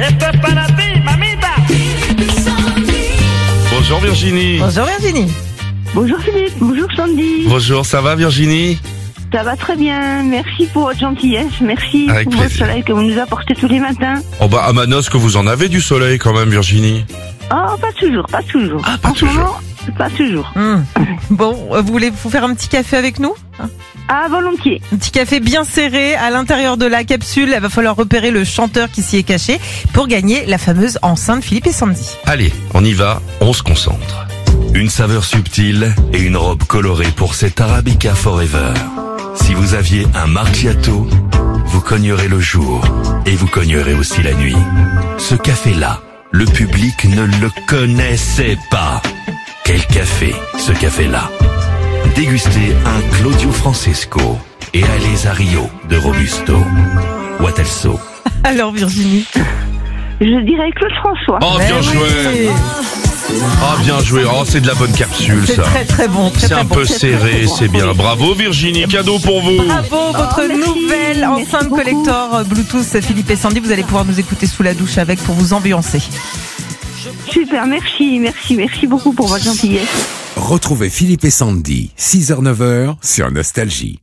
Esto es para ti, mamita. Bonjour Virginie. Bonjour Virginie. Bonjour Philippe, bonjour Sandy. Bonjour, ça va Virginie Ça va très bien, merci pour votre gentillesse, merci Avec pour plaisir. le soleil que vous nous apportez tous les matins. Oh bah à Manos que vous en avez du soleil quand même Virginie. Oh, pas toujours, pas toujours. Ah, pas en toujours. ce moment, pas toujours. Hmm. Bon, euh, vous voulez vous faire un petit café avec nous Ah, volontiers. Un petit café bien serré à l'intérieur de la capsule. Il va falloir repérer le chanteur qui s'y est caché pour gagner la fameuse enceinte Philippe et Sandy. Allez, on y va, on se concentre. Une saveur subtile et une robe colorée pour cet Arabica Forever. Si vous aviez un macchiato, vous cognerez le jour et vous cognerez aussi la nuit. Ce café-là, le public ne le connaissait pas. Quel café, ce café-là. Dégustez un Claudio Francesco et allez à Rio de Robusto. Wattelso. Alors Virginie. Je dirais Claude François. Oh bien Ben joué. oui, Ah bien joué. Oh c'est de la bonne capsule C'est ça. très très bon. Très, C'est très un bon. peu très, très serré, bon. c'est bien. Bravo Virginie, cadeau pour vous. Bravo, votre Oh, merci, nouvelle merci enceinte beaucoup. collector euh, Bluetooth Philippe et Sandy. Vous allez pouvoir nous écouter sous la douche avec pour vous ambiancer. Super, merci, merci, merci beaucoup pour votre gentillesse. Retrouvez Philippe et Sandy, 6h-9h sur Nostalgie.